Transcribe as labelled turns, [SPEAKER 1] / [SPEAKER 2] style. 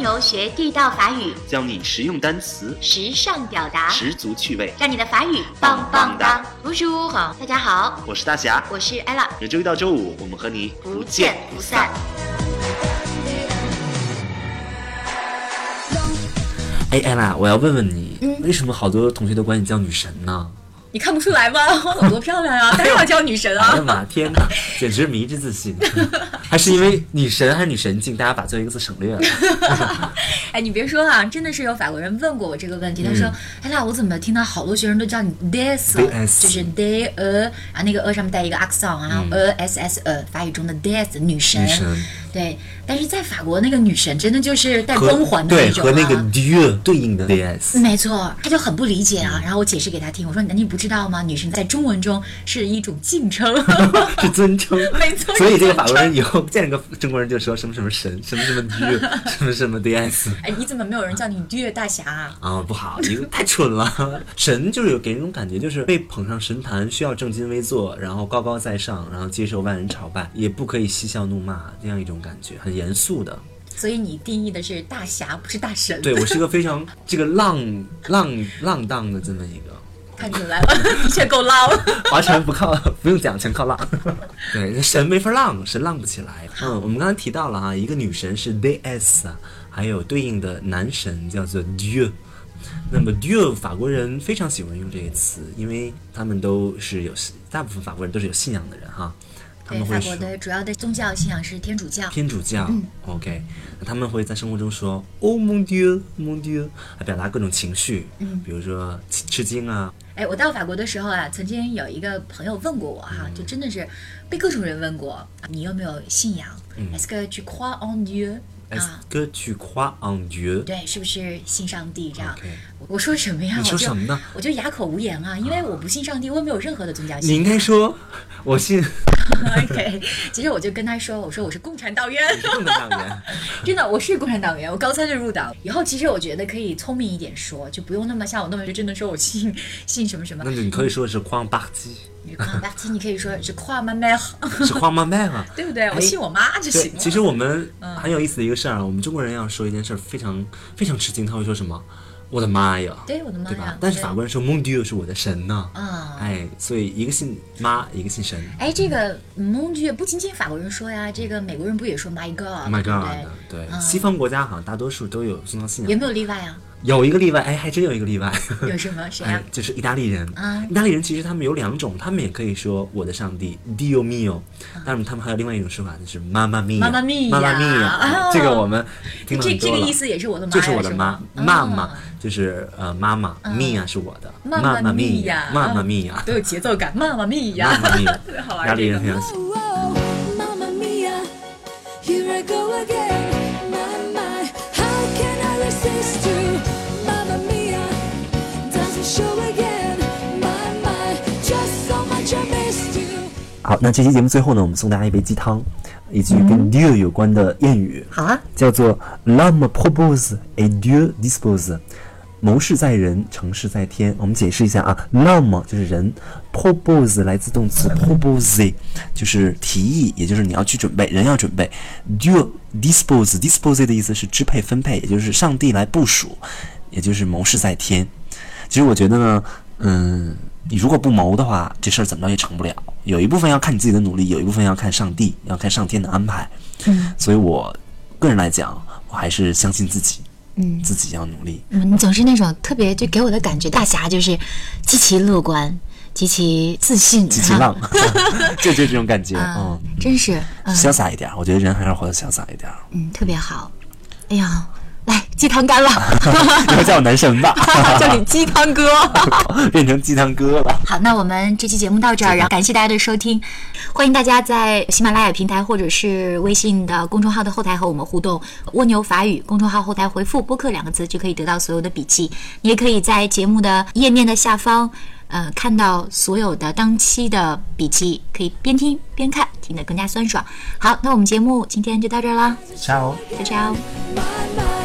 [SPEAKER 1] 游学地道法语，
[SPEAKER 2] 教你实用单词，
[SPEAKER 1] 时尚表达，
[SPEAKER 3] 啊
[SPEAKER 2] 十足趣味。
[SPEAKER 1] 让你的法语
[SPEAKER 2] 棒棒哒
[SPEAKER 1] ！Bonjour，大家好，
[SPEAKER 2] 我是大侠，
[SPEAKER 1] 我是 Ella，
[SPEAKER 2] 每周一到周五，我们和你
[SPEAKER 1] 不见不散。。
[SPEAKER 4] 哎，艾拉，我要问问你，
[SPEAKER 3] 嗯
[SPEAKER 4] 为什么好多同学都管你叫女神呢？
[SPEAKER 3] 你看不出来吗？ 我有多漂 亮啊！当然要叫女神
[SPEAKER 4] 哎呀
[SPEAKER 3] 啊！
[SPEAKER 4] 妈，天 哪，简直迷之自信！ 还是因为女神还是女神经，大家把最后一个字省 略了。
[SPEAKER 3] 哎，你别说啊，真的是有法国人问过我这个问题，
[SPEAKER 4] 嗯
[SPEAKER 3] 他说：“哎啦，我怎么听到好多学生都叫你 des，
[SPEAKER 4] Des
[SPEAKER 3] 就是 d e 啊，那个 e 上面带一个 accent 啊，e s s e，法语中的 des 女神。
[SPEAKER 4] 嗯女神
[SPEAKER 3] 对，但是在法国那个女神真的就是带
[SPEAKER 4] 和
[SPEAKER 3] 光环的
[SPEAKER 4] 对
[SPEAKER 3] 种、啊，
[SPEAKER 4] 和那个 Dieu 对应的 DS，
[SPEAKER 3] 没错，他就很不理解
[SPEAKER 4] 嗯
[SPEAKER 3] 啊。然后我解释给他听，我说：“难道你不知道吗？女神在中文中是一种 敬称。
[SPEAKER 4] 是尊称。
[SPEAKER 3] 没错
[SPEAKER 4] 所以这
[SPEAKER 3] 是尊
[SPEAKER 4] 个
[SPEAKER 3] 称
[SPEAKER 4] 法国人以后见个中国人就说什么什么神，什么什么 Dieu，什么什么 DS。”
[SPEAKER 3] 哎，你怎么没有人叫你月大侠啊？
[SPEAKER 4] 啊、不好，一个太蠢了。神就是有给人一种感觉，就是被捧上神坛，需要正襟危坐，然后高高在上，然后接受万人朝拜，也不可以嬉笑怒骂，这样一种感觉，很严肃的。
[SPEAKER 3] 所以你定义的是大侠，不是大神。
[SPEAKER 4] 对我是一个非常这个浪浪浪荡的这么一个，
[SPEAKER 3] 看出来了， 的确够浪。
[SPEAKER 4] 划船不靠不用讲，全靠 浪。对，神没法浪，神浪不起来。嗯，我们刚才提到了哈，一个女神是 DS，啊还有对应的男神叫做 Dieu。那么 Dieu 法国人非常喜欢用这个词，因为他们都是有大部分法国人都是有信仰的人哈，他
[SPEAKER 3] 对，
[SPEAKER 4] 们
[SPEAKER 3] 哎法
[SPEAKER 4] 会
[SPEAKER 3] 国
[SPEAKER 4] 说
[SPEAKER 3] 的嗯主要的宗教信仰是天主教。
[SPEAKER 4] 天主教、o k 那他们会在生活中说 “Oh mon Dieu，mon Dieu”，来表达各种情绪，嗯，比如说吃吃惊啊，
[SPEAKER 3] 哎，我到法国的时候啊，曾经有一个朋友问过我哈、
[SPEAKER 4] 嗯
[SPEAKER 3] 就真的是被各种人问过，你有没有信仰、e s que tu crois en Dieu？
[SPEAKER 4] 嗯 Est-ce
[SPEAKER 3] 啊，
[SPEAKER 4] que tu crois en Dieu？
[SPEAKER 3] 对，是不是信上帝这样
[SPEAKER 4] OK
[SPEAKER 3] 我我说什么呀？
[SPEAKER 4] 你说什么呢
[SPEAKER 3] 我就？我就哑口无言啊，因为我不信上帝，我也没有任何的宗教
[SPEAKER 4] 你
[SPEAKER 3] 信
[SPEAKER 4] 应
[SPEAKER 3] 仰。
[SPEAKER 4] 该说，我信
[SPEAKER 3] OK，其实我就跟他说，我说我是共产党员。
[SPEAKER 4] 共产党员。
[SPEAKER 3] 真的，我是共产党员，我高三就入党。以后其实我觉得可以聪明一点说，就不用那么像我那么就真的说我信信什么什么啊
[SPEAKER 4] 那。你可以说是 crois en partie，
[SPEAKER 3] 你看巴基，你可以说只夸妈妈，
[SPEAKER 4] 是 crois ma mère 啊。
[SPEAKER 3] 对不 对？
[SPEAKER 4] 哎
[SPEAKER 3] 我信我妈就
[SPEAKER 4] 对
[SPEAKER 3] 行，了。嗯
[SPEAKER 4] 其实我们很有意思的一个事儿啊，我们中国人要说一件事儿非常非常吃惊，他会说什么？我的妈呀！
[SPEAKER 3] 对我的妈
[SPEAKER 4] 对吧
[SPEAKER 3] 呀！！
[SPEAKER 4] 但是
[SPEAKER 3] 对
[SPEAKER 4] 法国人说 Mon Dieu 是我的神呢。
[SPEAKER 3] 啊
[SPEAKER 4] 哎，所以一个信妈，一个信神。
[SPEAKER 3] 哎，这个蒙句不仅仅法国人说呀，这个美国人不也说 My God？
[SPEAKER 4] Oh my
[SPEAKER 3] 啊对不
[SPEAKER 4] god！对，
[SPEAKER 3] 嗯
[SPEAKER 4] 西方国家好像大多数都有宗教信
[SPEAKER 3] 对有
[SPEAKER 4] 仰，
[SPEAKER 3] 没有例外啊？
[SPEAKER 4] 有一个例外，哎，还真有一个例外。
[SPEAKER 3] 有什么谁啊
[SPEAKER 4] 哎
[SPEAKER 3] 呀？，
[SPEAKER 4] 就是意大利人。
[SPEAKER 3] 嗯
[SPEAKER 4] 意大利人其实他们有两种，他们也可以说我的上帝 Dio mio，当然他们还有另外一种说法，就是 Mamma mia。
[SPEAKER 3] 啊 Mamma mia
[SPEAKER 4] Mamma mia，
[SPEAKER 3] 啊
[SPEAKER 4] 这个我们听了
[SPEAKER 3] 这
[SPEAKER 4] 很
[SPEAKER 3] 这
[SPEAKER 4] 多
[SPEAKER 3] 个
[SPEAKER 4] 了
[SPEAKER 3] 意。思也是我的妈
[SPEAKER 4] 就
[SPEAKER 3] 呀，
[SPEAKER 4] 是我的妈
[SPEAKER 3] 吗，
[SPEAKER 4] 妈妈
[SPEAKER 3] 啊
[SPEAKER 4] 就是呃妈妈，mia
[SPEAKER 3] 嗯
[SPEAKER 4] 是我的，
[SPEAKER 3] 妈
[SPEAKER 4] 妈
[SPEAKER 3] 妈咪
[SPEAKER 4] 咪
[SPEAKER 3] 呀
[SPEAKER 4] 妈妈咪呀，
[SPEAKER 3] 都有节奏感，妈妈咪
[SPEAKER 4] 妈
[SPEAKER 3] 呀，
[SPEAKER 4] 妈咪呀
[SPEAKER 3] 特别 好，
[SPEAKER 4] 意大
[SPEAKER 3] 玩
[SPEAKER 4] 利
[SPEAKER 3] 这
[SPEAKER 4] 人
[SPEAKER 3] 个。
[SPEAKER 4] 非常喜欢。
[SPEAKER 5] Oh, oh, Mamma Mia, here I go again. My, my, how can I resist you? Mamma Mia, doesn't show again. My, my, just so much I missed you.
[SPEAKER 4] 好，那这期节目最后呢，我们送大家一杯鸡汤，一句
[SPEAKER 3] 嗯
[SPEAKER 4] 跟 Dieu 有关的谚语，
[SPEAKER 3] 好啊，
[SPEAKER 4] 叫做 “L'homme propose et Dieu dispose”。谋事在人，成事在天。我们解释一下啊，“l'homme” 就是人，“propose” 来自动词 “propose”，就是提议，也就是你要去准备，人要准备。“Dieu dispose”，“dispose” 的意思是支配、分配，也就是上帝来部署，也就是谋事在天。其实我觉得呢，嗯，你如果不谋的话，这事儿怎么着也成不了。有一部分要看你自己的努力，有一部分要看上帝，要看上天的安排。嗯，所以我个人来讲，我还是相信自己，嗯，自己要努力。
[SPEAKER 1] 嗯，你总是那种特别，就给我的感觉，大侠就是极其乐观，极其自信，
[SPEAKER 4] 极其 浪，就就这种感觉，
[SPEAKER 1] 啊
[SPEAKER 4] 嗯，，
[SPEAKER 1] 真是，嗯
[SPEAKER 4] 潇洒一点儿，我觉得人还是活得潇洒一点儿。
[SPEAKER 1] 嗯，特别好。哎呀，来鸡汤干了，
[SPEAKER 4] 以后叫我男神吧，
[SPEAKER 1] 叫你鸡汤哥。
[SPEAKER 4] 变成鸡汤哥了。
[SPEAKER 1] 好，那我们这期节目到这儿，然后感谢大家的收听，欢迎大家在喜马拉雅平台或者是微信的公众号的后台和我们互动。蜗牛法语公众号后台回复“播客”两个字就可以得到所有的笔记，你也可以在节目的页面的下方，呃，看到所有的当期的笔记，可以边听边看，听得更加酸爽。好，那我们节目今天就到这儿啦，
[SPEAKER 4] 加油！
[SPEAKER 1] 就这样。
[SPEAKER 5] My, my,